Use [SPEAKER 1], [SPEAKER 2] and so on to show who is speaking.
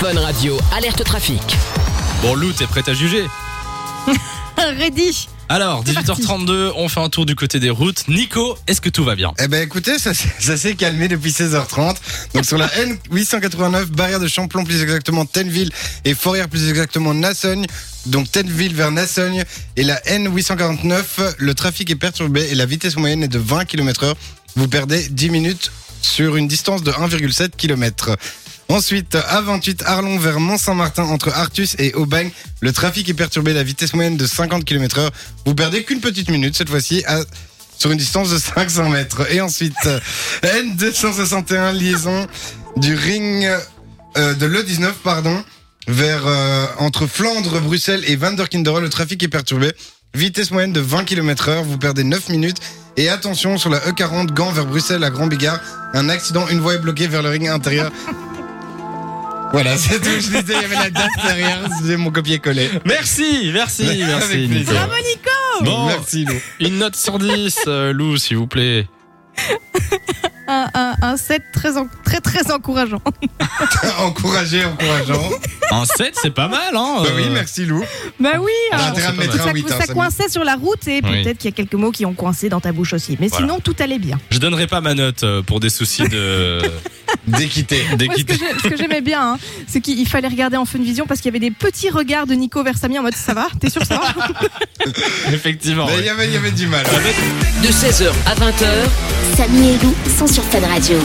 [SPEAKER 1] Fun Radio, alerte trafic.
[SPEAKER 2] Bon, Lou, t'es prête à juger
[SPEAKER 3] Ready
[SPEAKER 2] Alors, 18h32, on fait un tour du côté des routes. Nico, est-ce que tout va bien
[SPEAKER 4] Eh ben écoutez, ça, s'est- ça s'est calmé depuis 16h30. Donc sur la N889, barrière de Champlon plus exactement Tenville et Forrière plus exactement Nassogne. Donc Tenville vers Nassogne et la N849, le trafic est perturbé et la vitesse moyenne est de 20 km/h. Vous perdez 10 minutes sur une distance de 1,7 km. Ensuite, A28 Arlon vers Mont-Saint-Martin entre Artus et Aubagne. Le trafic est perturbé, la vitesse moyenne de 50 km/h. Vous perdez qu'une petite minute cette fois-ci à- sur une distance de 500 mètres. Et ensuite, euh, N261 liaison du ring euh, de l'E19, pardon, vers euh, entre Flandre, Bruxelles et Vanderkindere. Le trafic est perturbé. Vitesse moyenne de 20 km/h, vous perdez 9 minutes. Et attention sur la E40 Gand vers Bruxelles à Grand Bigard, un accident, une voie est bloquée vers le ring intérieur. Voilà, c'est tout. Je disais, il y avait la date derrière, j'ai mon copier-coller.
[SPEAKER 2] Merci, merci,
[SPEAKER 4] Avec
[SPEAKER 2] merci, Nico.
[SPEAKER 4] plaisir.
[SPEAKER 3] Bravo Nico
[SPEAKER 2] Bon,
[SPEAKER 4] Merci, Lou.
[SPEAKER 2] une note sur 10, euh, Lou, s'il vous plaît.
[SPEAKER 3] Un, un, un set très, en- très très encourageant.
[SPEAKER 4] encouragé, encourageant.
[SPEAKER 2] Un 7, c'est pas mal, hein
[SPEAKER 4] Bah oui,
[SPEAKER 2] euh.
[SPEAKER 4] merci, Lou.
[SPEAKER 3] Bah oui
[SPEAKER 4] T'as
[SPEAKER 3] hein.
[SPEAKER 4] intérêt à me
[SPEAKER 2] c'est pas
[SPEAKER 4] mettre
[SPEAKER 3] ça,
[SPEAKER 4] un 8, hein,
[SPEAKER 3] ça
[SPEAKER 4] Samy.
[SPEAKER 3] coinçait sur la route et
[SPEAKER 2] Oui.
[SPEAKER 3] peut-être qu'il y a quelques mots qui ont coincé dans ta bouche aussi. Mais
[SPEAKER 2] Voilà.
[SPEAKER 3] sinon, tout allait bien.
[SPEAKER 2] Je donnerai pas ma note euh, pour des soucis de
[SPEAKER 4] D'équité.
[SPEAKER 3] Moi, ce que
[SPEAKER 2] d'équité.
[SPEAKER 3] j'ai- ce que j'aimais bien, hein, c'est qu'il fallait regarder en fun vision parce qu'il y avait des petits regards de Nico vers Samy en mode ça va T'es sûr que ça va
[SPEAKER 2] Effectivement.
[SPEAKER 4] Bah,
[SPEAKER 2] ouais.
[SPEAKER 4] Il y avait- il y avait du mal.
[SPEAKER 1] De 16h à 20h,
[SPEAKER 5] Samy et Lou sont sur Fun Radio.